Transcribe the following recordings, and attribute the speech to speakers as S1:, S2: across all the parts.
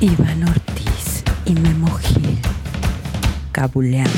S1: Iván Ortiz y Memo Gil cabuleando.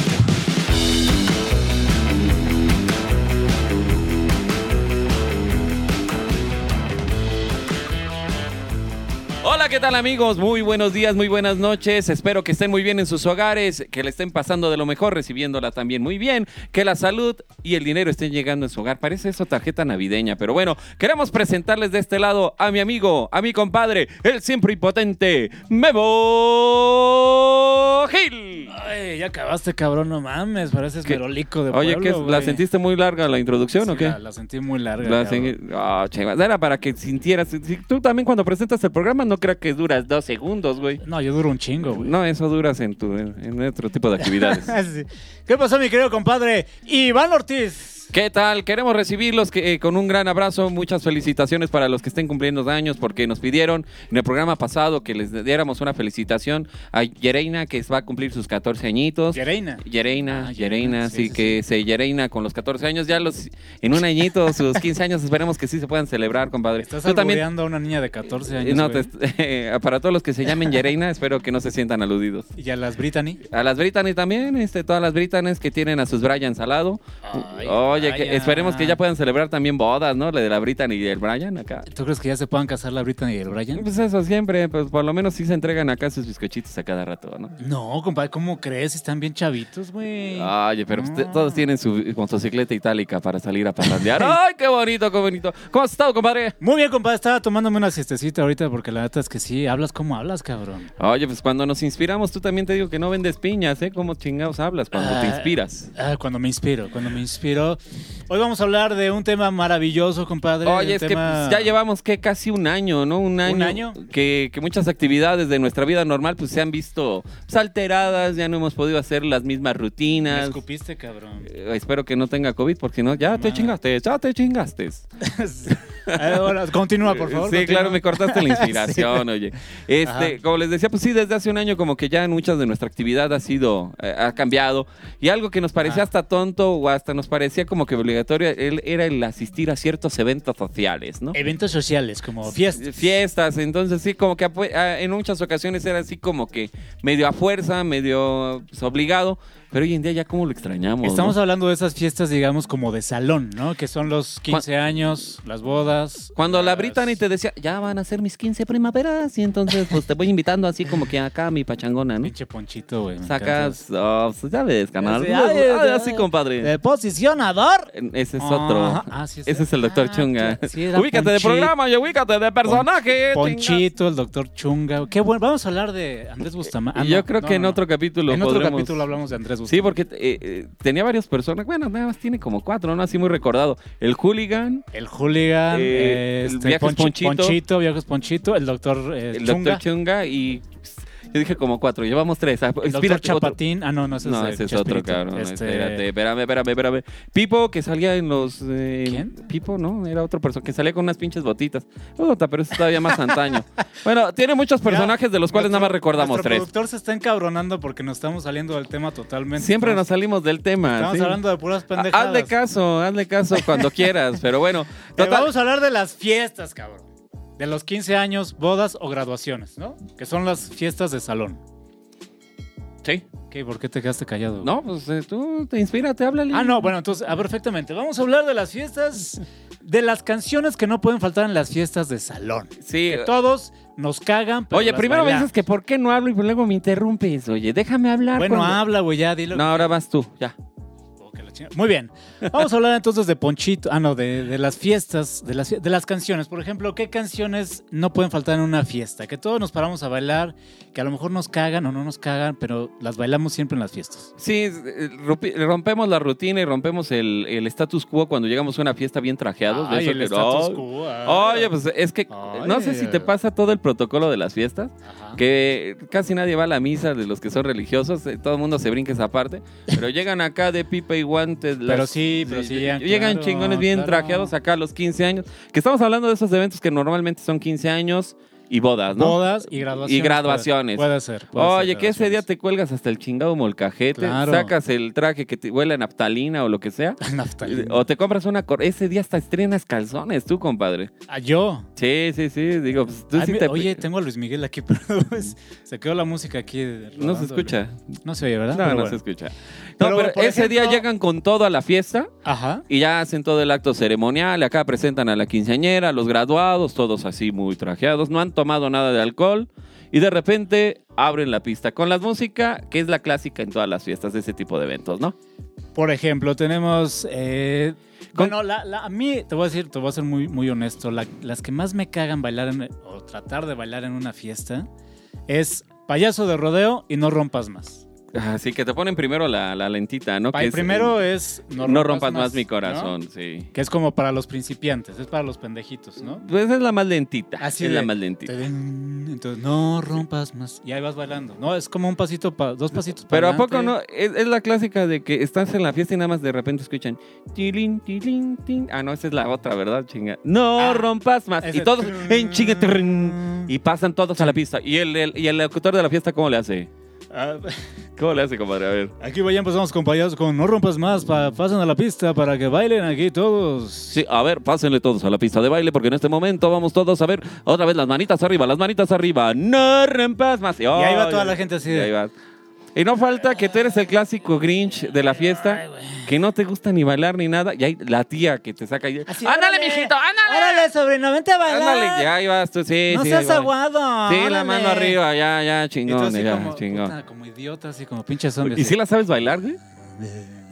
S2: Hola, ¿qué tal amigos? Muy buenos días, muy buenas noches. Espero que estén muy bien en sus hogares, que le estén pasando de lo mejor, recibiéndola también muy bien, que la salud y el dinero estén llegando en su hogar. Parece eso tarjeta navideña, pero bueno, queremos presentarles de este lado a mi amigo, a mi compadre, el siempre impotente, Memo Gil.
S3: Ay, ya acabaste, cabrón, no mames. Pareces
S2: ¿Qué?
S3: merolico de
S2: Oye, ¿qué es?
S3: pueblo,
S2: ¿la
S3: güey.
S2: sentiste muy larga la introducción
S3: Sí,
S2: o qué?
S3: La, la sentí muy larga.
S2: La
S3: cabrón.
S2: segui- Ah, Chivas, Era para que sintieras. Si- Tú también cuando presentas el programa no creas que duras dos segundos, güey.
S3: No, yo duro un chingo, güey.
S2: Pues
S3: Ah,
S2: No, eso duras en, tu, en, en otro tipo de actividades.
S3: Sí. ¿Qué pasó, mi querido compadre? Iván Ortiz.
S2: ¿Qué tal? Queremos recibirlos que- eh, con un gran abrazo. Muchas felicitaciones para los que estén cumpliendo años porque nos pidieron en el programa pasado que les diéramos una felicitación a Yereina que va a cumplir sus 14 añitos.
S3: Yereina.
S2: Yereina,
S3: Ah,
S2: Yereina,
S3: Yereina,
S2: sí,
S3: sí, sí,
S2: que se Yereina con los 14 años, ya los en un añito, sus 15 años, esperemos que sí se puedan celebrar, compadre.
S3: Estás
S2: Tú también
S3: albureando a una niña de 14
S2: Eh,
S3: años.
S2: no,
S3: güey.
S2: te- eh, para todos los que se llamen Yereina, espero que no se sientan aludidos.
S3: Y a las Brittany.
S2: A las Britannies también, este, todas las Britannies que tienen a sus Brian Salado.
S3: Ay,
S2: Oye, que
S3: Brian.
S2: esperemos que ya puedan celebrar también bodas, ¿no? La de la Brittany y el Brian acá.
S3: ¿Tú crees que ya se puedan casar la Brittany y el Brian?
S2: Pues eso siempre, pues por lo menos sí se entregan acá sus bizcochitos a cada rato, ¿no?
S3: No, compadre, ¿cómo crees? Están bien chavitos, güey.
S2: Oye, pero pues,
S3: No.
S2: te- todos tienen su motocicleta itálica para salir a parrandear. ¡Ay, qué bonito, qué bonito! ¿Cómo has estado, compadre?
S3: Muy bien, compadre. Estaba tomándome una siestecita ahorita porque la neta es que sí, hablas como hablas, cabrón.
S2: Oye, pues cuando nos inspiramos, tú también te digo que no vendes piñas, ¿eh? ¿Cómo chingados hablas cuando te
S3: Ah,
S2: inspiras?
S3: ah, cuando me inspiro, cuando me inspiro. Hoy vamos a hablar de un tema maravilloso, compadre.
S2: Oye,
S3: un
S2: es
S3: tema-
S2: que pues, ya llevamos que casi un año, ¿no? Un año.
S3: año?
S2: Que, que muchas actividades de nuestra vida normal pues se han visto pues, alteradas, ya no hemos podido hacer las mismas
S3: Me
S2: rutinas.
S3: escupiste, cabrón.
S2: Eh, espero que no tenga COVID, porque si no, ya te
S3: Madre.
S2: chingaste, ya te chingaste.
S3: Eh, bueno, continúa, por favor.
S2: sí,
S3: continúa.
S2: claro, me cortaste la inspiración, oye. Este,
S3: Ajá.
S2: como les decía, pues sí, desde hace un año como que ya en muchas de nuestra actividad ha sido, eh, ha cambiado. Y algo que nos parecía
S3: Ah.
S2: hasta tonto o hasta nos parecía como que obligatorio él, era el asistir a ciertos eventos sociales, ¿no?
S3: Eventos sociales, como fiestas.
S2: fiestas, entonces sí, como que apue- ah, en muchas ocasiones era así como que medio a fuerza, medio pues, obligado, pero hoy en día ya como lo extrañamos.
S3: Estamos
S2: ¿no?
S3: hablando de esas fiestas, digamos, como de salón, ¿no? Que son los 15 años, las bodas.
S2: Cuando la
S3: las-
S2: Brittany te decía, ya van a ser mis 15 primaveras, y entonces pues te voy invitando así como que acá a mi pachangona, ¿no?
S3: Pinche ponchito, güey. me
S2: Sacas, oh, pues, ya ves, canal.
S3: Sí, ay, ay,
S2: así,
S3: ay.
S2: compadre.
S3: encanta. ¡El posicionador!
S2: Ese es
S3: Eh, Ajá,
S2: otro.
S3: ah, sí,
S2: Ese es el doctor
S3: ah,
S2: Chunga.
S3: claro, sí, era
S2: ubícate de
S3: Ponchito.
S2: programa y ubícate de personaje. chingas.
S3: Ponchito, el doctor Chunga. Qué bueno. Vamos a hablar de Andrés Bustamante. Ah,
S2: Eh, Y yo
S3: no,
S2: creo
S3: no,
S2: que
S3: no,
S2: en
S3: no.
S2: otro capítulo
S3: En otro
S2: podremos-
S3: capítulo hablamos de Andrés Bustamante.
S2: Sí, porque eh, eh, tenía varias personas. Bueno, nada más tiene como cuatro, ¿no? Así muy recordado. El hooligan,
S3: El hooligan,
S2: Eh,
S3: este,
S2: el Viajes
S3: Ponchi-
S2: Ponchito.
S3: Ponchito, Viajes Ponchito, el doctor eh,
S2: el
S3: Chunga,
S2: doctor Chunga y pss, yo dije como cuatro. Llevamos tres. Ah,
S3: el doctor
S2: inspírate, otro.
S3: Chapatín. Ah, no, no, ese
S2: No,
S3: es,
S2: ese
S3: el
S2: es otro,
S3: Chespirito.
S2: cabrón.
S3: Este,
S2: Espérate, espérame, espérame, espérame. Pipo, que salía en los... eh,
S3: ¿Quién?
S2: Pipo, no, era otro personaje, que salía con unas pinches botitas. Puta, pero eso es todavía más antaño. Bueno, tiene muchos personajes de los cuales
S3: Nuestro-
S2: nada más recordamos
S3: nuestro
S2: tres.
S3: productor se está encabronando porque nos estamos saliendo del tema totalmente.
S2: Siempre nos
S3: Estamos-
S2: salimos del tema.
S3: Estamos
S2: sí. Ah,
S3: hablando de puras pendejadas.
S2: Hazle caso, hazle caso cuando quieras, pero bueno.
S3: Eh,
S2: Total,
S3: vamos a hablar de las fiestas, cabrón. De los 15 años, bodas o graduaciones, ¿no? Que son las fiestas de salón.
S2: Sí.
S3: Ok, ¿por qué te quedaste callado?
S2: No, pues eh, tú te inspírate, háblale.
S3: Ah, no, bueno, entonces, ah, perfectamente. Vamos a hablar de las fiestas, de las canciones que no pueden faltar en las fiestas de salón.
S2: Sí.
S3: Que todos nos cagan. pero
S2: Oye,
S3: las
S2: primero me
S3: bailamos.
S2: dices que por qué no hablo y luego me interrumpes. Oye, déjame hablar.
S3: Bueno,
S2: cuando-
S3: habla, güey, ya, dilo.
S2: No, ahora vas tú, ya.
S3: Oh, que la chingada. Muy bien. Vamos a hablar entonces de Ponchito. Ah, no, de, de las fiestas, de las, fie- de las canciones. Por ejemplo, ¿qué canciones no pueden faltar en una fiesta? Que todos nos paramos a bailar, que a lo mejor nos cagan o no nos cagan, pero las bailamos siempre en las fiestas.
S2: Sí, es- eh, rompi- rompemos la rutina y rompemos el, el status quo cuando llegamos a una fiesta bien trajeados. de
S3: Ay,
S2: eso
S3: el
S2: que-
S3: status
S2: Ay.
S3: quo, ah. ay.
S2: Oye, pues es que
S3: Ay.
S2: no sé si te pasa todo el protocolo de las fiestas,
S3: Ajá.
S2: Ah. que casi nadie va a la misa de los que son religiosos, eh, todo el mundo se brinca esa parte, pero llegan acá de pipa y guantes.
S3: Pero sí, pero sí llegan,
S2: Llegan
S3: claro,
S2: chingones bien
S3: claro.
S2: trajeados acá a los 15 años, que estamos hablando de esos eventos que normalmente son 15 años, Y bodas, ¿no?
S3: Bodas y graduaciones.
S2: Y graduaciones.
S3: Puede, puede ser. puede
S2: Oye,
S3: ser
S2: que ese día
S3: graduaciones.
S2: te cuelgas hasta el chingado molcajete,
S3: Claro.
S2: sacas el traje que te huele a naftalina o lo que sea,
S3: Naftalina.
S2: o te compras una... cor- Ese día hasta estrenas calzones, tú, compadre.
S3: Ah, yo.
S2: Sí, sí, sí, digo, pues, tú
S3: Ay,
S2: sí
S3: mi-
S2: te...
S3: Oye, tengo a Luis Miguel aquí, pero pues, se quedó la música aquí.
S2: no se
S3: rodando.
S2: escucha.
S3: No se oye,
S2: No,
S3: ¿verdad?
S2: no
S3: Pero
S2: se
S3: bueno.
S2: escucha. No,
S3: Pero,
S2: pero,
S3: por
S2: ese día
S3: ejemplo-
S2: llegan con todo a la fiesta
S3: Ajá.
S2: y ya hacen todo el acto ceremonial. Acá presentan a la quinceañera, a los graduados, todos así muy trajeados. No han tomado nada de alcohol y de repente abren la pista con la música, que es la clásica en todas las fiestas de ese tipo de eventos, ¿no?
S3: Por ejemplo, tenemos. eh,
S2: Con-
S3: bueno, la- la- a mí, te voy a decir, te voy a ser muy, muy honesto. la- las que más me cagan bailar en- o tratar de bailar en una fiesta es payaso de rodeo y no rompas más.
S2: Así que te ponen primero la, la lentita, ¿no?
S3: Pa-
S2: Que
S3: el
S2: es,
S3: primero es.
S2: eh, no, rompas más, mi corazón,
S3: ¿no?
S2: sí.
S3: Que es como para los principiantes, es para los pendejitos, ¿no?
S2: Pues es la más lentita.
S3: Así
S2: es la
S3: de-
S2: más lentita.
S3: Te den- Entonces, no rompas más. Y ahí vas bailando. No, es como un pasito, pa- dos pasitos
S2: Pero ¿a
S3: para
S2: poco no?
S3: adelante.
S2: Es, es la clásica de que estás en la fiesta y nada más de repente escuchan tilín, tilín, tin. Ah, no, esa es la otra, ¿verdad? Chinga. No
S3: Ah,
S2: rompas más.
S3: ese-
S2: Y todos en chinga, trrrrrrrrrrrrrrrrrrrrrrrrr. Y pasan todos a la pista. ¿Y el, el- y el locutor de la fiesta cómo le hace?
S3: Ah,
S2: ¿Cómo le hace, compadre? A ver.
S3: Aquí ya empezamos con payasos con no rompas más, pa- pasen a la pista para que bailen aquí todos.
S2: Sí, a ver, pásenle todos a la pista de baile porque en este momento vamos todos a ver otra vez las manitas arriba, las manitas arriba. No rompas más. Y,
S3: ahí va
S2: ay,
S3: toda la gente así
S2: Oh, Y
S3: de-
S2: ahí va. Y no falta que tú eres el clásico Grinch de la fiesta, que no te gusta ni bailar ni nada. Y hay la tía que te saca y
S3: Así,
S2: ¡Ándale,
S3: órale,
S2: mijito! ¡Ándale!
S3: Órale, sobrino, vente a bailar.
S2: ¡Ándale! Y ahí vas tú, sí,
S3: no
S2: sí,
S3: seas
S2: ahí va.
S3: aguado.
S2: Sí, la
S3: órale.
S2: mano arriba, ya, ya,
S3: Y tú
S2: chingón,
S3: así
S2: ya,
S3: como,
S2: chingón.
S3: puta, como idiota, así como ¿eh? pinche zombie.
S2: ¿Y
S3: así.
S2: si la sabes bailar, güey?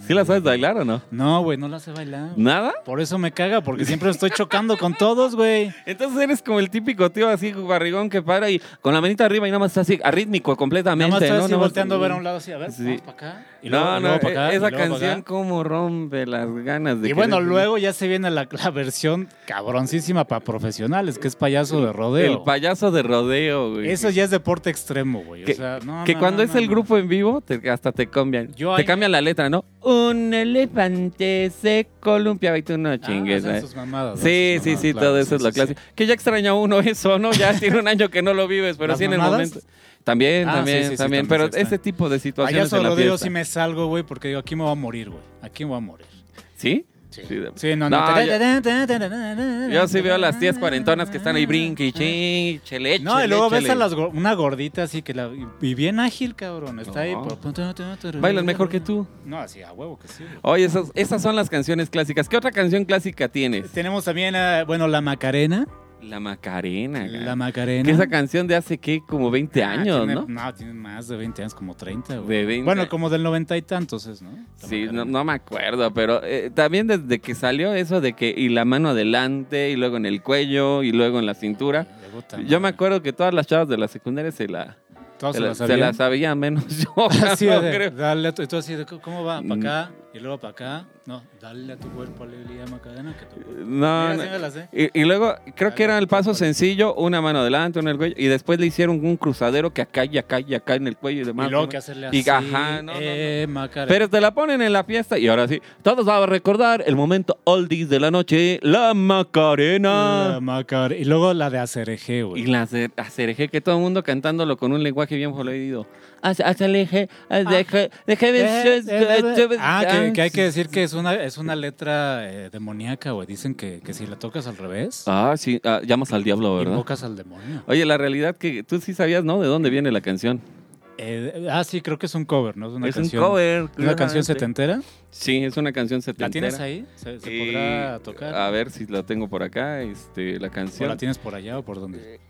S2: ¿Sí la sabes bailar o no?
S3: No, güey, no la sé bailar.
S2: ¿Nada?
S3: Por eso me caga, porque siempre estoy chocando con todos, güey.
S2: Entonces eres como el típico tío así, barrigón, que para y con la manita arriba y nada más está así, arrítmico completamente.
S3: Nada más estoy
S2: ¿no?
S3: así
S2: Nada más-
S3: volteando a ver a un lado así, a ver,
S2: Sí.
S3: vamos para acá. Y
S2: no,
S3: luego,
S2: no,
S3: y luego pa'
S2: eh,
S3: acá, y
S2: esa
S3: luego pa' acá.
S2: canción como rompe las ganas de
S3: Y
S2: que
S3: bueno,
S2: eres-
S3: luego ya se viene la, la versión cabroncísima para profesionales, que es payaso de rodeo.
S2: El payaso de rodeo, güey.
S3: Eso ya es deporte extremo, güey.
S2: Que-
S3: o sea, no,
S2: que
S3: no,
S2: cuando
S3: no,
S2: es
S3: no,
S2: el
S3: no.
S2: grupo en vivo, te- hasta te cambian.
S3: Yo
S2: te
S3: ahí-
S2: cambian la letra, ¿no? Un elefante se columpiaba y tú no
S3: Ah,
S2: chingues,
S3: hacen
S2: ¿eh?
S3: sus mamadas,
S2: Sí,
S3: hacen sus
S2: sí,
S3: mamadas,
S2: sí,
S3: claro,
S2: todo eso
S3: sí,
S2: es lo
S3: sí,
S2: clásico. Que ya extraña uno eso, ¿no? Ya tiene un año que no lo vives, pero
S3: ¿Las
S2: sí en el
S3: mamadas?
S2: momento. También,
S3: Ah, sí,
S2: también,
S3: sí, sí,
S2: también.
S3: también
S2: Pero
S3: se extraña.
S2: ese tipo de
S3: sí. Allá
S2: situaciones en la
S3: solo digo
S2: fiesta.
S3: si me salgo, güey, porque digo, aquí me voy a morir, güey. Aquí me voy a morir.
S2: ¿Sí? Sí, de-
S3: Sí, no,
S2: No,
S3: no.
S2: yo- Yo sí veo a las tías cuarentonas que están ahí brinque y ching, chele,
S3: No, y
S2: chele,
S3: luego ves
S2: chele.
S3: a las go- una gordita así que la. Y bien ágil, cabrón. Está ahí.
S2: No.
S3: por-
S2: Bailan mejor que tú.
S3: No, así a huevo que sí. güey.
S2: Oye, esas, esas son las canciones clásicas. ¿Qué otra canción clásica tienes?
S3: Tenemos también, eh, bueno, la Macarena.
S2: La Macarena.
S3: La
S2: La
S3: Macarena.
S2: que esa canción de hace, ¿qué? Como 20
S3: Ah,
S2: años,
S3: tiene-
S2: ¿no?
S3: No, tiene más de 20 años, como 30, güey.
S2: De 20.
S3: Bueno, como del noventa y tantos es, ¿no? La
S2: Sí,
S3: Macarena.
S2: no, no me acuerdo, pero eh, también desde que salió eso de que y la mano adelante y luego en el cuello y luego en la cintura.
S3: De Ah, puta
S2: Yo me
S3: madre.
S2: acuerdo que todas las chavas de la secundaria se la,
S3: Todos
S2: se
S3: se
S2: la,
S3: la
S2: se la
S3: sabían.
S2: sabían menos yo.
S3: Así
S2: no
S3: de,
S2: creo. Mm.
S3: dale a tu, y tú así de, ¿cómo va? Para acá, y luego para acá. No, dale a tu cuerpo, alegría, Macarena, que tu cuerpo.
S2: No,
S3: Mira,
S2: no.
S3: sí me la sé. Ah,
S2: Y, y luego creo que era el paso sencillo, una mano adelante, una en el cuello, y después le hicieron un cruzadero que acá y acá y acá en el cuello y demás.
S3: Y luego que hacerle así.
S2: Y- ajá, no, no,
S3: eh, Macarena.
S2: Pero te la ponen en la fiesta y ahora sí, todos vamos a recordar el momento oldies de la noche, la Macarena.
S3: La Macar- Y luego la de Acereje,
S2: Ah. Y
S3: güey.
S2: la acer- acereje, que todo el mundo cantándolo con un lenguaje bien jodido. Ace- Acereje, acereje,
S3: Eh,
S2: deje-
S3: eh, eh, eh.
S2: deje-
S3: Ah, que, que hay que decir que es una, es una letra eh, demoníaca, güey. Dicen que, que si la tocas al revés,
S2: Ah, sí, ah, llamas al diablo, ¿verdad?
S3: invocas al demonio.
S2: Oye, la realidad que tú sí sabías, ¿no? ¿De dónde viene la canción?
S3: Eh, ah, sí, creo que es un cover, ¿no? Es una
S2: es
S3: canción.
S2: un cover.
S3: ¿Una
S2: claramente.
S3: canción setentera?
S2: Sí, es una canción
S3: ¿La
S2: setentera.
S3: tienes ahí? ¿Se, se
S2: Y-
S3: podrá tocar?
S2: A ver si la tengo por acá, este, la
S3: ¿O
S2: canción.
S3: la tienes por allá o por dónde?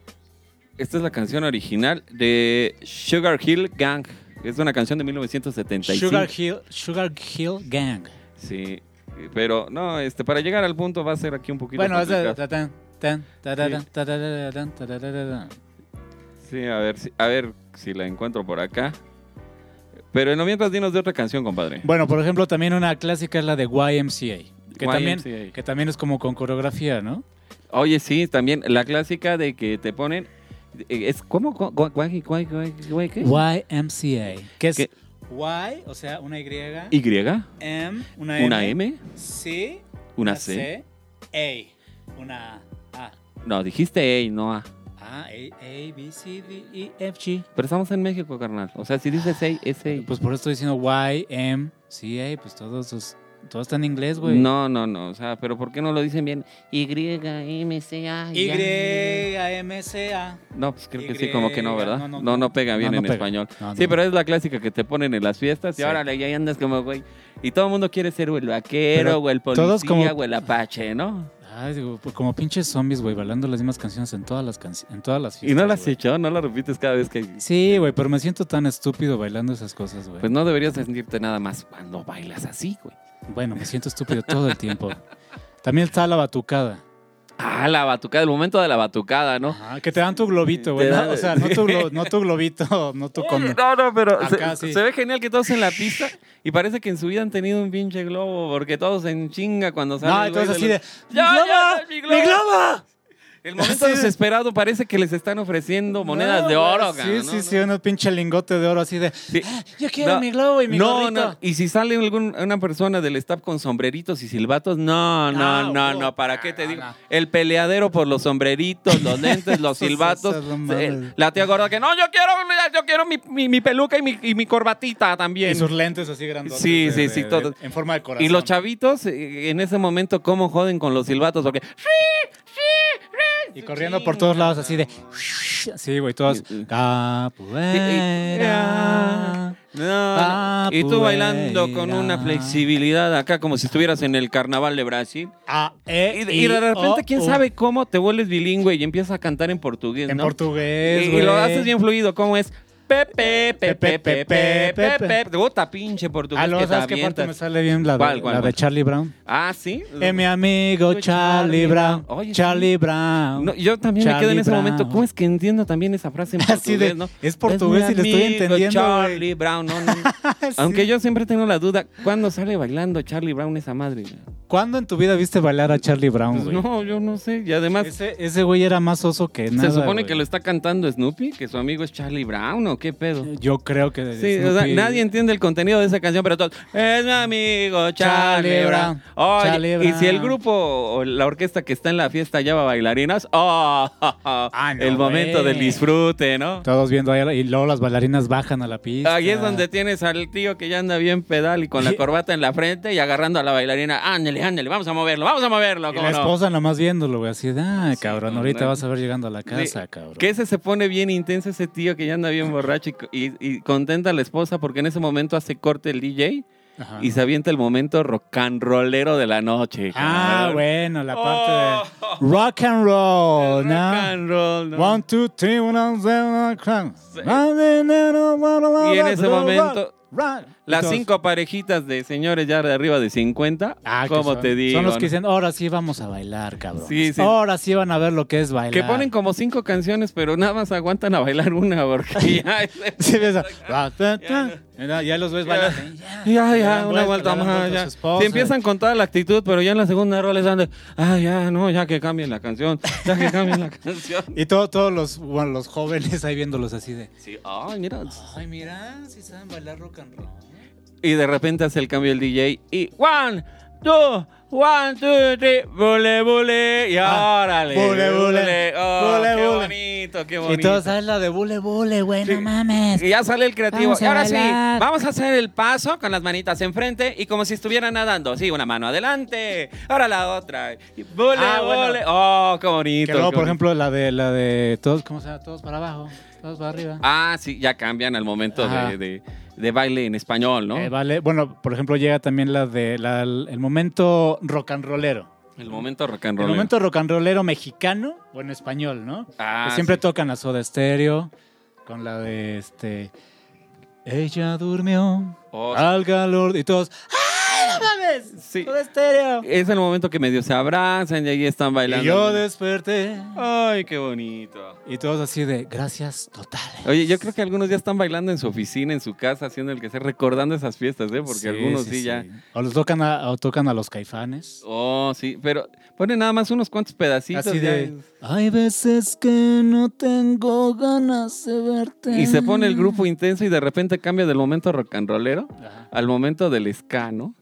S2: Esta es la canción original de Sugar Hill Gang. Es una canción de 1975.
S3: Sugar Hill, Sugar Hill Gang.
S2: Sí. Pero no, este, para llegar al punto va a ser aquí un poquito.
S3: Bueno, es de...
S2: complicado.
S3: tan, tan, tararán, tarararán, tarararán.
S2: Sí, a ver, si- a ver si la encuentro por acá. Pero no mientras dinos de otra canción, compadre.
S3: Bueno, por ejemplo, también una clásica es la de YMCA. Que,
S2: YMCA.
S3: También, que también es como con coreografía, ¿no?
S2: Oye, sí, también la clásica de que te ponen. eh, Es como. ¿Cómo cómo- guay- guay- guay- guay- qué?
S3: YMCA. Que es
S2: ¿Qué?
S3: Y, o sea, una Y,
S2: ¿Y? ¿Una
S3: M, una M,
S2: M? ¿Una,
S3: C,
S2: C?
S3: A, una A.
S2: No, dijiste E y no A.
S3: Ah, A, A, B, C, D, E, F, G.
S2: Pero estamos en México, carnal. O sea, si dices A, es E. A.
S3: Pues por eso estoy diciendo Y, M, C, A, pues todos, los- todo está en inglés, güey.
S2: No, no, no. O sea, pero ¿por qué no lo dicen bien? Y, M, C, A.
S3: Y,
S2: ya.
S3: M, C, A.
S2: No, pues creo que sí, como que no, ¿verdad? No,
S3: No,
S2: no,
S3: no,
S2: pega bien
S3: no, no
S2: en
S3: pega.
S2: español.
S3: No, no,
S2: sí,
S3: no.
S2: pero es la clásica que te ponen en las fiestas y
S3: Sí.
S2: ahora ya andas como, güey. Y todo el mundo quiere ser o el vaquero,
S3: Pero
S2: o el policía,
S3: todos como-
S2: o el apache, ¿no?
S3: Ay, digo, pues como pinches zombies, güey, bailando las mismas canciones en todas las, canci- en todas las
S2: Y
S3: fiestas.
S2: no las has
S3: güey.
S2: hecho, no las repites cada vez que...
S3: Sí, güey, pero me siento tan estúpido bailando esas cosas, güey.
S2: Pues no deberías sentirte nada más cuando bailas así, güey.
S3: Bueno, me siento estúpido todo el tiempo. También está la batucada.
S2: Ah, la batucada, el momento de la batucada, ¿no?
S3: Ajá, Ah, que te dan tu globito, güey.
S2: Te dan-
S3: ¿no? O sea, no tu, glo- no tu globito, no tu con...
S2: Oye, Eh, No, no, pero
S3: Acá
S2: se,
S3: sí.
S2: se ve genial que todos en la pista y parece que en su vida han tenido un pinche globo porque todos en chinga cuando salen.
S3: No, entonces así de...
S2: ¡Ya,
S3: ¡Mi
S2: ya,
S3: globo!
S2: mi globo!
S3: ¡Mi globo!
S2: El momento
S3: Así de-
S2: desesperado parece que les están ofreciendo monedas
S3: No,
S2: de
S3: güey,
S2: oro,
S3: Sí,
S2: cabrón,
S3: sí,
S2: ¿no?
S3: sí, un pinche lingote de oro así de...
S2: Sí.
S3: "Ah, Yo quiero
S2: No,
S3: mi globo y mi
S2: no,
S3: gorrito".
S2: no. Y si sale algún- una persona del staff con sombreritos y silbatos, no, no,
S3: No,
S2: no,
S3: oh,
S2: no. ¿Para qué te
S3: no,
S2: digo?
S3: no.
S2: El peleadero por los sombreritos, los lentes, los
S3: Eso,
S2: silbatos.
S3: eso, no mames.
S2: el- la tía gorda que no, yo quiero, yo quiero mi, mi- mi peluca y mi, y mi corbatita también.
S3: Y sus lentes así grandotes.
S2: Sí,
S3: de-
S2: sí,
S3: de-
S2: sí,
S3: de-
S2: todo.
S3: En forma de corazón.
S2: Y los chavitos, eh, en ese momento, cómo joden con los silbatos, porque
S3: Y corriendo por todos lados así de... Sí, güey, todos...
S2: Sí, sí.
S3: Capoeira.
S2: No, y tú
S3: Capoeira.
S2: bailando con una flexibilidad acá, como si estuvieras en el carnaval de Brasil.
S3: A, E,
S2: Eh, Y, oh, y de
S3: I,
S2: repente,
S3: O,
S2: quién
S3: U.
S2: sabe cómo te vuelves bilingüe y empiezas a cantar en portugués.
S3: En
S2: ¿no?
S3: portugués,
S2: Y-
S3: güey.
S2: Y lo haces bien fluido, ¿cómo es? Pepe, pepe,
S3: Pepe,
S2: pepe,
S3: pepe,
S2: pepe,
S3: pepe.
S2: Puta pinche portugués
S3: Ah,
S2: que
S3: luego,
S2: te
S3: ¿sabes qué parte
S2: avientas.
S3: me sale bien? La de,
S2: ¿Cuál, cuál,
S3: la de
S2: cuál?
S3: Charlie Brown.
S2: Ah, sí.
S3: Eh, mi amigo Charlie Brown.
S2: Oye, sí.
S3: Charlie Brown.
S2: No, yo también me quedo en
S3: Charlie
S2: ese momento.
S3: Brown.
S2: ¿Cómo es que entiendo también esa frase en portugués,
S3: Así de,
S2: no?
S3: es portugués
S2: mi
S3: y le estoy
S2: amigo
S3: entendiendo, güey.
S2: Charlie Brown, no, no.
S3: Ah,
S2: Aunque yo siempre tengo la duda, ¿cuándo sale bailando Charlie Brown esa madre?
S3: ¿Cuándo en tu vida viste bailar a Charlie Brown,
S2: Pues
S3: güey?
S2: no, yo no sé. Y además,
S3: Ese, ese güey era más oso que nada.
S2: ¿se supone
S3: güey.
S2: que lo está cantando Snoopy? ¿Que su amigo es Charlie Brown o qué pedo?
S3: Yo creo que.
S2: Sí, o sea,
S3: Snoopy-
S2: nadie entiende el contenido de esa canción, pero todos, es mi amigo Charlie
S3: Charlie
S2: Brown.
S3: Brown.
S2: Oye,
S3: Charlie
S2: y si el
S3: Brown.
S2: grupo o la orquesta que está en la fiesta lleva bailarinas, oh,
S3: Ah, no,
S2: el momento
S3: güey.
S2: del disfrute, ¿no?
S3: Todos viendo ahí, y luego las bailarinas bajan a la pista.
S2: Ahí es donde tienes al tío que ya anda bien pedal y con la
S3: Y-
S2: corbata en la frente y agarrando a la bailarina. Ándale, ándale, vamos a moverlo, vamos a moverlo.
S3: Y
S2: ¿cómo
S3: la
S2: no?
S3: esposa nomás viéndolo, güey, así de, ah,
S2: Sí,
S3: cabrón,
S2: no,
S3: ahorita
S2: no.
S3: vas a ver llegando a la
S2: Sí,
S3: casa, cabrón.
S2: Que ese se pone bien intenso, ese tío que ya anda bien borracho y, y- y contenta a la esposa porque en ese momento hace corte el DJ
S3: Ajá.
S2: y se avienta el momento rock and rollero de la noche.
S3: Ah,
S2: cabrón.
S3: bueno, la
S2: Oh.
S3: parte de rock and roll,
S2: El rock
S3: ¿no?
S2: and roll, ¿no?
S3: One, two, three, one, two, three, one, two,
S2: Sí.
S3: three. Rock,
S2: Y en ese
S3: rock,
S2: momento,
S3: rock.
S2: Las
S3: Entonces,
S2: cinco parejitas de señores ya de arriba de 50,
S3: ah, que
S2: como
S3: son-
S2: te digo.
S3: Son los que
S2: no?
S3: dicen, ahora sí vamos a bailar, cabrón.
S2: Sí, sí.
S3: Ahora sí van a ver lo que es bailar.
S2: Que ponen como cinco canciones, pero nada más aguantan a bailar una porque ya ese-
S3: Sí, empieza. Ra, ta, ta. Mira, ya los ves
S2: Ya.
S3: bailando.
S2: Ya,
S3: Le
S2: ya,
S3: dan
S2: una
S3: vuelta,
S2: vuelta
S3: le dan
S2: más.
S3: vuelta a
S2: Ya.
S3: su esposa.
S2: Sí, empiezan con toda la actitud, pero ya en la segunda rola les dan de, ah, ya, no, ya que cambien la canción, ya que cambien la canción.
S3: Y todo- todos los, bueno, los jóvenes ahí viéndolos así de.
S2: Sí, ay, mira.
S3: Ay, mira, si saben bailar rock and roll.
S2: Y de repente hace el cambio el DJ y one, two, one, two, three, bule, bule, y
S3: Ah,
S2: órale.
S3: bule, bule,
S2: oh,
S3: bule,
S2: qué
S3: bule.
S2: bonito, qué
S3: Y
S2: bonito.
S3: todos saben la de bule bule, güey, no mames.
S2: Y ya sale el creativo.
S1: Vamos
S2: Y
S1: a
S2: ahora sí,
S1: bailar.
S2: vamos a hacer el paso con las manitas enfrente y como si estuvieran nadando. Sí, una mano adelante, ahora la otra. Y Bule,
S3: Ah, bueno.
S2: bule. Oh, qué bonito.
S3: Que luego,
S2: qué
S3: por
S2: bonito.
S3: ejemplo, la de, la de todos, ¿cómo se llama? Todos para abajo, todos para arriba.
S2: Ah, sí, ya cambian al momento
S3: Ajá.
S2: de, de- de baile en español, ¿no?
S3: Eh, vale, bueno, por ejemplo, llega también la de la- el momento rock and rollero.
S2: el momento rock and
S3: El
S2: roll.
S3: momento rock and rollero mexicano o en español, ¿no?
S2: Ah,
S3: que siempre
S2: sí.
S3: tocan la Soda Stereo con la de este Ella durmió
S2: Oh, sí.
S3: al calor y todos ¡Ay, no mames!
S2: Sí.
S3: Soda Stereo.
S2: Es el momento que medio se abrazan y ahí están bailando.
S3: Y yo desperté
S2: Ay, qué bonito.
S3: y todos así de gracias totales.
S2: Oye, yo creo que algunos ya están bailando en su oficina, en su casa, haciendo el que sea, recordando esas fiestas, ¿eh? Porque algunos sí, ya.
S3: O los tocan a, o tocan a los Caifanes.
S2: Oh, sí, pero ponen nada más unos cuantos pedacitos.
S3: Así
S2: ya
S3: de Hay veces que no tengo ganas de verte.
S2: es- Y se pone el grupo intenso y de repente cambia del momento rock and rollero
S3: Ajá.
S2: al momento del ska, ¿no?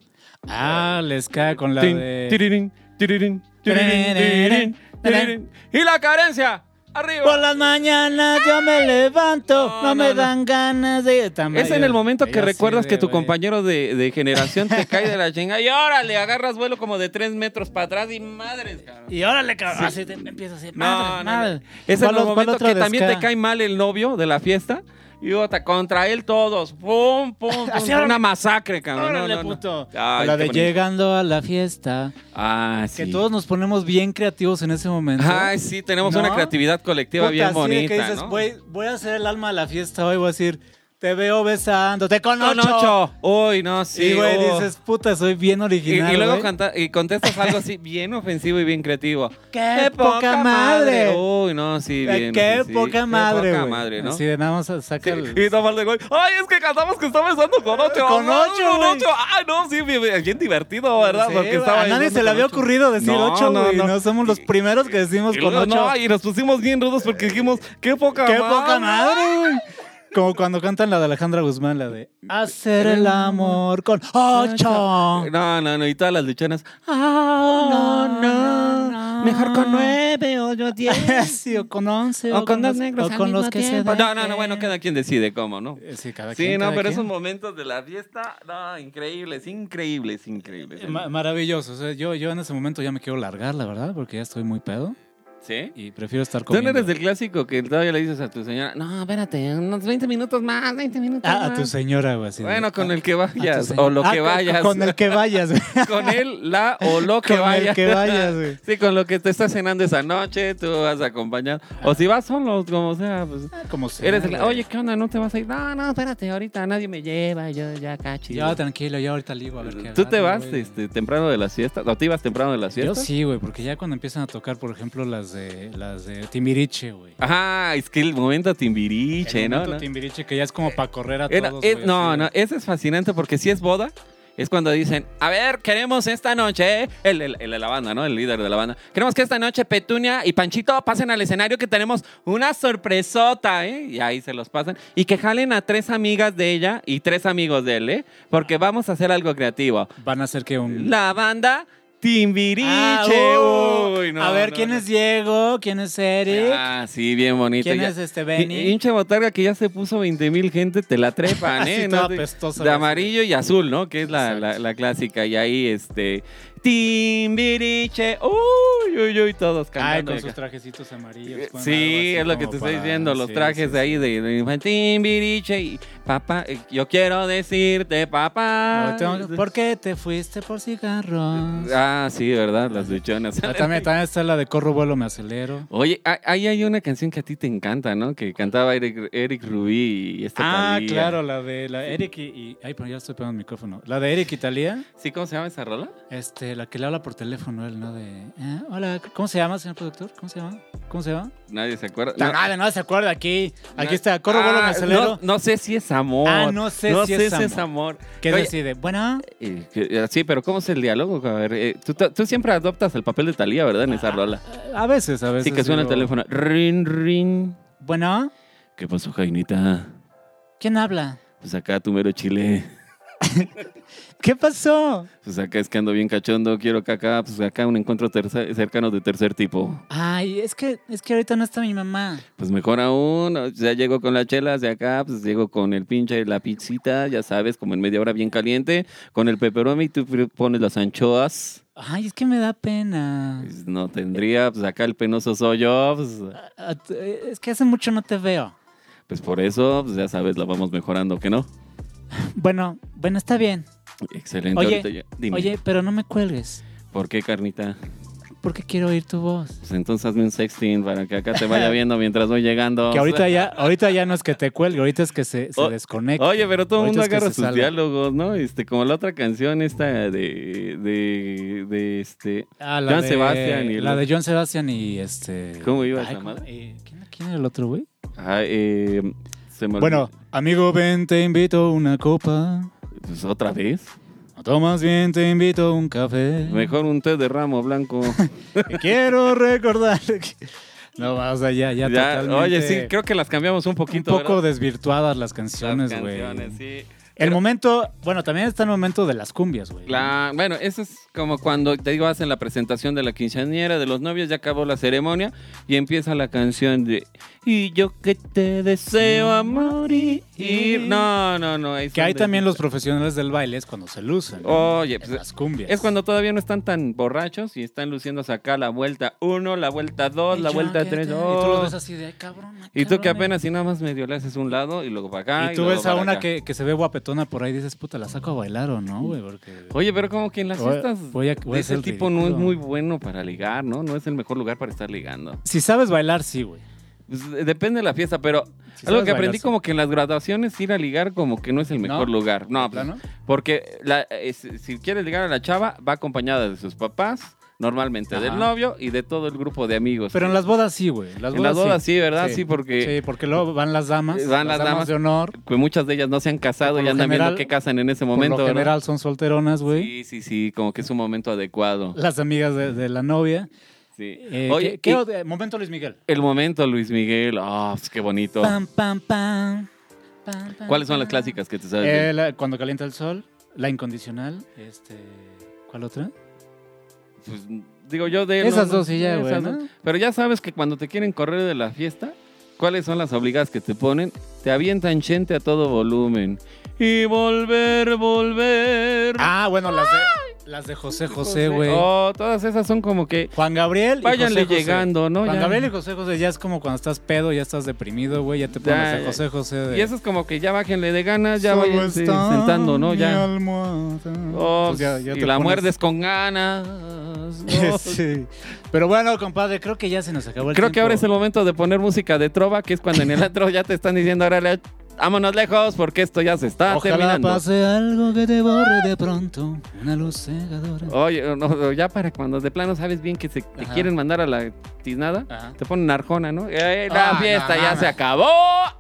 S3: Ah, les cae con la
S2: Tin,
S3: de
S2: tirirín, tirirín, tirirín, tirirín, tirirín. Y la carencia.
S3: Por
S2: Arriba.
S3: las mañanas yo me levanto,
S2: No,
S3: no,
S2: no,
S3: me
S2: no.
S3: dan ganas de también.
S2: Es en el momento que recuerdas que
S3: eh.
S2: tu compañero de, de generación te cae de la chinga y órale, agarras vuelo como de tres metros para atrás y madres, cabrón.
S3: Y órale, cabrón. Así te empiezas a decir,
S2: No, no,
S3: madre,
S2: no.
S3: madre.
S2: Es en
S3: ¿Cuál
S2: el
S3: o- cuál
S2: momento
S3: otra
S2: que
S3: de
S2: también te
S3: ska?
S2: cae mal el novio de la fiesta y otra, contra él todos. ¡Pum, pum, pum!
S3: Así,
S2: una
S3: órale.
S2: masacre, cabrón. No,
S3: Órale,
S2: no, no.
S3: puto.
S2: Ay,
S3: O la
S2: qué
S3: de
S2: bonito.
S3: llegando a la fiesta.
S2: Ah, sí.
S3: Que todos nos ponemos bien creativos en ese momento.
S2: Ay, sí, tenemos
S3: ¿No?
S2: una creatividad colectiva
S3: Puta,
S2: bien
S3: así de
S2: bonita,
S3: que dices, "Pues,
S2: ¿no?
S3: voy, voy a ser el alma de la fiesta hoy, voy a decir, te veo besando, te
S2: No,
S3: conozco.
S2: Nacho. Uy, no, sí.
S3: y güey,
S2: oh.
S3: dices, puta, soy bien
S2: Y- y,
S3: original.
S2: luego
S3: güey.
S2: canta- y contestas algo así bien ofensivo y bien creativo.
S3: ¡Qué poca madre!
S2: Uy, no, sí,
S3: Ay,
S2: bien.
S3: Eh, ¡Qué
S2: sí,
S3: poca madre,
S2: ¡Qué poca
S3: güey.
S2: madre, ¿no?
S3: Así de nada más saca el...
S2: Y tomar de gol. ¡Ay, es que cantamos que está besando con ocho!
S3: Con
S2: ¡Ah,
S3: ocho,
S2: con
S3: güey!
S2: ocho! ¡Ay, no, sí, bien, bien divertido, ¿verdad?
S3: Sí,
S2: Porque
S3: güey,
S2: estaba
S3: a nadie
S2: besando
S3: se le
S2: con
S3: había
S2: ocho.
S3: ocurrido decir
S2: No,
S3: ocho,
S2: no,
S3: güey.
S2: no.
S3: No, somos los primeros que decimos
S2: Y
S3: con
S2: luego,
S3: ocho.
S2: no, y nos pusimos bien rudos porque dijimos, ¡qué poca
S3: ¡Qué
S2: madre!
S3: poca madre, güey! Como cuando cantan la de Alejandra Guzmán, la de hacer el amor con ocho.
S2: No, no, no, y todas las luchanas. Ah,
S3: No, no, no.
S2: Mejor con nueve o yo diez.
S3: Sí, o con once.
S2: o "Oh, con dos
S3: los-
S2: negros.
S3: O
S2: al
S3: con
S2: mismo
S3: los que se
S2: tiempo. No, no,
S3: dejen.
S2: no, bueno, cada quien decide cómo, ¿no?
S3: Eh, Sí, cada
S2: Sí,
S3: quien,
S2: no,
S3: cada
S2: pero esos
S3: quien.
S2: momentos de la fiesta, no, increíbles, increíbles, increíbles.
S3: Eh, ma- Maravilloso. O sea, yo, yo en ese momento ya me quiero largar, la verdad, porque ya estoy muy pedo
S2: ¿Sí?
S3: y prefiero estar
S2: Tú no
S3: comiendo.
S2: eres del clásico que todavía le dices a tu señora, no, espérate, unos 20 minutos más, 20 minutos
S3: Ah,
S2: más.
S3: a tu señora, güey. así de-
S2: Bueno, con
S3: a-
S2: el que
S3: a tu
S2: vayas,
S3: señora.
S2: o lo
S3: Ah,
S2: que
S3: con-
S2: vayas.
S3: Con el que vayas, güey.
S2: Con él, la o lo que
S3: Con el
S2: vayas.
S3: que vayas, güey.
S2: Sí, con lo que te estás cenando esa noche, tú vas a acompañar. O si vas solo, como sea, pues.
S3: Como sea.
S2: Eres el,
S3: güey.
S2: oye, ¿qué onda? ¿No te vas a ir? No, no, espérate, ahorita nadie me lleva, yo ya cachi.
S3: Ya tranquilo, ya ahorita le digo a ver qué
S2: ¿Tú te
S3: agarro,
S2: vas
S3: güey.
S2: este, temprano de las fiestas? ¿O te ibas temprano de las
S3: Yo
S2: fiestas?
S3: sí, güey, porque ya cuando empiezan a tocar, por ejemplo, las de las de Timbiriche, güey.
S2: Ajá, es que el momento timbiriche,
S3: El
S2: ¿no?
S3: momento
S2: ¿no?
S3: Timbiriche que ya es como para correr a
S2: Era-
S3: todos.
S2: es-
S3: güey,
S2: no,
S3: así de-
S2: no, ese es fascinante porque si es boda, es cuando dicen, a ver, queremos esta noche, el, el- el de la banda, ¿no? El líder de la banda. Queremos que esta noche Petunia y Panchito pasen al escenario que tenemos una sorpresota, ¿eh? Y ahí se los pasan. Y que jalen a tres amigas de ella y tres amigos de él, ¿eh? Porque vamos a hacer algo creativo.
S3: Van a hacer que un.
S2: La banda Timbiriche.
S3: Ah, uh,
S2: Uy, no,
S3: a ver
S2: no,
S3: quién
S2: no.
S3: es Diego, quién es Eric,
S2: Ah, sí, bien bonito.
S3: quién
S2: Ya-
S3: es este
S2: Y-
S3: Benny.
S2: Hinche botarga que ya se puso 20 mil gente, te la trepan,
S3: Así
S2: ¿eh?
S3: toda
S2: Te-
S3: apestosa,
S2: de
S3: güey.
S2: amarillo y azul, ¿no? Que es la,
S3: Exacto.
S2: la- la clásica. Y ahí, este. Timbiriche. Uy, uy, uy, todos
S3: Ay,
S2: cantando.
S3: con sus
S2: acá.
S3: trajecitos amarillos. ponen
S2: Sí,
S3: algo así
S2: es lo que
S3: como
S2: te estoy
S3: para-
S2: diciendo, los
S3: sí,
S2: trajes
S3: sí,
S2: de ahí de, de Timbiriche y papá, eh, yo quiero decirte papá.
S3: No, tengo- ¿Por qué te fuiste por cigarros?
S2: Ah, sí, verdad, las luchonas.
S3: Ah, También, también está la de Corro Vuelo Me Acelero.
S2: Oye, ah, ahí hay una canción que a ti te encanta, ¿no? Que cantaba Eric, Eric Rubí y este
S3: Ah,
S2: Thalía.
S3: claro, la de la Eric y, y- Ay, pero ya estoy pegando el micrófono. La de Eric y Talía,
S2: ¿Sí? ¿Cómo se llama esa rola?
S3: este, la que le habla por teléfono, él, ¿no? De. eh, hola, ¿cómo se llama, señor productor? ¿Cómo se llama? ¿Cómo se llama?
S2: Nadie se acuerda.
S3: No, no, se acuerda aquí. Aquí
S2: No.
S3: está, Corro Vuelo Me
S2: Ah,
S3: Acelero.
S2: No, no sé si es amor.
S3: Ah, no sé si es
S2: amor.
S3: ¿Qué
S2: Oye,
S3: decide? Bueno,
S2: eh, que- eh, sí, pero ¿cómo es el diálogo? A ver, eh, tú, tú siempre adoptas el papel de Talía, ¿verdad? En
S3: Ah,
S2: esa rola.
S3: a veces, a veces.
S2: Sí, que suena el
S3: digo,
S2: teléfono. Rin, rin.
S3: Bueno,
S2: ¿Qué pasó, Jainita?
S3: ¿quién habla?
S2: Pues acá tu mero chile.
S3: ¿Qué pasó?
S2: Pues acá es que ando bien cachondo. Quiero que acá, pues acá un encuentro tercer- cercano de tercer tipo.
S3: Ay, es que, es que ahorita no está mi mamá.
S2: Pues mejor aún, o sea, llego con las chelas de acá, pues llego con el pinche, la pizzita, ya sabes, como en media hora bien caliente, con el peperoni y tú pr- pones las anchoas.
S3: Ay, es que me da pena.
S2: Pues no tendría, pues acá el penoso soy yo, pues,
S3: Ah, ah, t- eh, Es que hace mucho no te veo.
S2: pues por eso, pues ya sabes, la vamos mejorando, ¿que no?
S3: Bueno, bueno, está bien.
S2: Excelente.
S3: Oye,
S2: ahorita ya- dime,
S3: Oye, pero no me cuelgues,
S2: ¿por qué, carnita?
S3: porque quiero oír tu voz.
S2: Pues entonces hazme un sexting para que acá te vaya viendo mientras voy llegando.
S3: Que ahorita ya, ahorita ya no es que te cuelgue, ahorita es que se, se
S2: O-
S3: desconecta.
S2: Oye, pero todo el mundo
S3: Ahorita es que
S2: agarra
S3: se
S2: sus
S3: sale.
S2: diálogos, ¿no? Este, como la otra canción esta de, de, de este,
S3: Ah,
S2: Joan Sebastián y el
S3: la
S2: otro.
S3: de John Sebastián y este.
S2: ¿Cómo iba esa
S3: ¿cómo-
S2: madre?
S3: eh, ¿quién, quién era el otro, güey?
S2: Ah, eh, se me
S3: Bueno,
S2: olvidó.
S3: amigo, ven, te invito una copa.
S2: Pues otra vez.
S3: No tomas bien, te invito un café.
S2: Mejor un té de ramo blanco.
S3: Te quiero recordar. que- No, o sea, ya,
S2: Ya,
S3: ya, totalmente.
S2: oye, sí, creo que las cambiamos un
S3: un
S2: poquito.
S3: poco
S2: ¿verdad?
S3: desvirtuadas las
S2: Las
S3: canciones, güey.
S2: canciones, sí.
S3: El momento, bueno, también está el momento de las cumbias, güey.
S2: La- bueno, eso es como cuando te digo, hacen la presentación de la quinceañera de los novios, ya acabó la ceremonia y empieza la canción de Y yo que te deseo a morir. No, no, no. ahí
S3: Que
S2: son
S3: hay
S2: de-
S3: también los profesionales del baile, es cuando se lucen. ¿no?
S2: Oye,
S3: En
S2: pues,
S3: las cumbias.
S2: Es cuando todavía no están tan borrachos y están luciéndose acá la vuelta 1, la vuelta 2, la vuelta 3.
S3: Y tú los ves así de, "Ay, cabrón.
S2: Y tú que
S3: cabrón". eh".
S2: apenas y nada más medio le haces un lado y luego para acá.
S3: Y tú
S2: luego
S3: ves a
S2: para
S3: una
S2: acá.
S3: que, que se ve guapetona por ahí y dices, puta, la saco a bailar o no, güey, porque...
S2: Oye, pero como que en las
S3: Voy-
S2: fiestas
S3: voy a-
S2: de
S3: voy a
S2: ese
S3: ser
S2: tipo no es
S3: ridículo.
S2: muy bueno para ligar, ¿no? No es el mejor lugar para estar ligando.
S3: Si sabes bailar, sí, güey.
S2: Pues, eh, depende de la fiesta, pero
S3: Si
S2: algo
S3: sabes
S2: que aprendí
S3: bailar, sí.
S2: como que en las graduaciones ir a ligar como que no es el mejor lugar. No, pues,
S3: ¿Plano?
S2: porque la- eh, si si quieres ligar a la chava, va acompañada de sus papás, normalmente
S3: Ajá.
S2: del novio y de todo el grupo de amigos.
S3: Pero en las bodas sí, güey.
S2: En las bodas sí, ¿verdad? Sí, porque
S3: Sí, porque luego van las damas.
S2: Eh, van las damas.
S3: de honor.
S2: que muchas de ellas no se han casado
S3: Por
S2: y
S3: lo
S2: andan
S3: general-
S2: viendo qué casan en ese
S3: Momento,
S2: momento.
S3: por lo
S2: ¿no?
S3: general son solteronas, güey.
S2: Sí, sí, sí, como que es un momento adecuado.
S3: Las amigas de, de la novia.
S2: Sí.
S3: Eh,
S2: Oye,
S3: ¿qué- qué
S2: y-
S3: od- momento Luis Miguel.
S2: el momento, Luis Miguel. Ah, pues, qué bonito.
S3: Pam, pam, pam. Pam, pam,
S2: ¿Cuáles son las
S3: pam.
S2: clásicas que te sabes?
S3: Eh,
S2: bien?
S3: la- cuando calienta el sol, la incondicional, este, ¿cuál otra?
S2: Pues, digo yo de... no,
S3: Esas
S2: no,
S3: dos y ya, güey.
S2: esas
S3: ¿no?
S2: dos. Pero ya sabes que cuando te quieren correr de la fiesta, ¿cuáles son las obligadas que te ponen? Te avientan gente a todo volumen. Y volver, volver.
S3: Ah, bueno, las de, las de José José, güey.
S2: Oh, todas esas son como que...
S3: Juan Gabriel y
S2: Váyanle
S3: José José.
S2: llegando, ¿no?
S3: Juan
S2: Ya.
S3: Gabriel y José José ya es como cuando estás pedo, ya estás deprimido, güey, ya te pones
S2: Ya,
S3: a
S2: ya.
S3: José José de...
S2: Y eso es como que ya bájenle de ganas, ya
S3: Solo
S2: vayan
S3: está
S2: sentando, ¿no?
S3: mi
S2: Ya.
S3: almohada.
S2: Oh,
S3: Pues ya- ya
S2: y
S3: te
S2: la
S3: pones-
S2: muerdes con ganas. ¿no?
S3: sí. Pero bueno, compadre, creo que ya se nos acabó el
S2: Creo que ahora es el
S3: tiempo.
S2: momento de poner música de trova, que es cuando en el antro ya te están diciendo, órale, vámonos lejos porque esto ya se está
S3: Ojalá
S2: terminando.
S3: pase algo que te borre de pronto, una luz cegadora.
S2: Oye, no, ya para cuando de plano sabes bien que se- te
S3: Ajá.
S2: quieren mandar a la tiznada,
S3: Ajá.
S2: te ponen arjona, ¿no? Eh, la
S3: Ah,
S2: fiesta
S3: no,
S2: ya
S3: no. Ah.
S2: se acabó,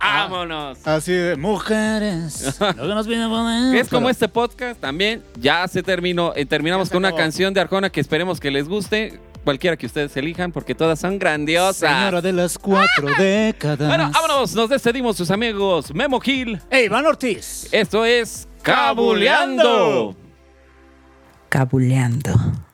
S2: vámonos.
S3: Así de mujeres. lo que nos viene a poner.
S2: Es como
S3: Pero-
S2: este podcast también, ya se terminó. Eh, terminamos
S3: Ya se
S2: con una
S3: acabó.
S2: canción de Arjona que esperemos que les guste, cualquiera que ustedes elijan, porque todas son grandiosas.
S3: Señora de las cuatro décadas.
S2: Ah. Bueno, vámonos, nos despedimos sus amigos Memo Gil.
S3: Ey, Iván Ortiz.
S2: Esto es Cabuleando.
S1: Cabuleando.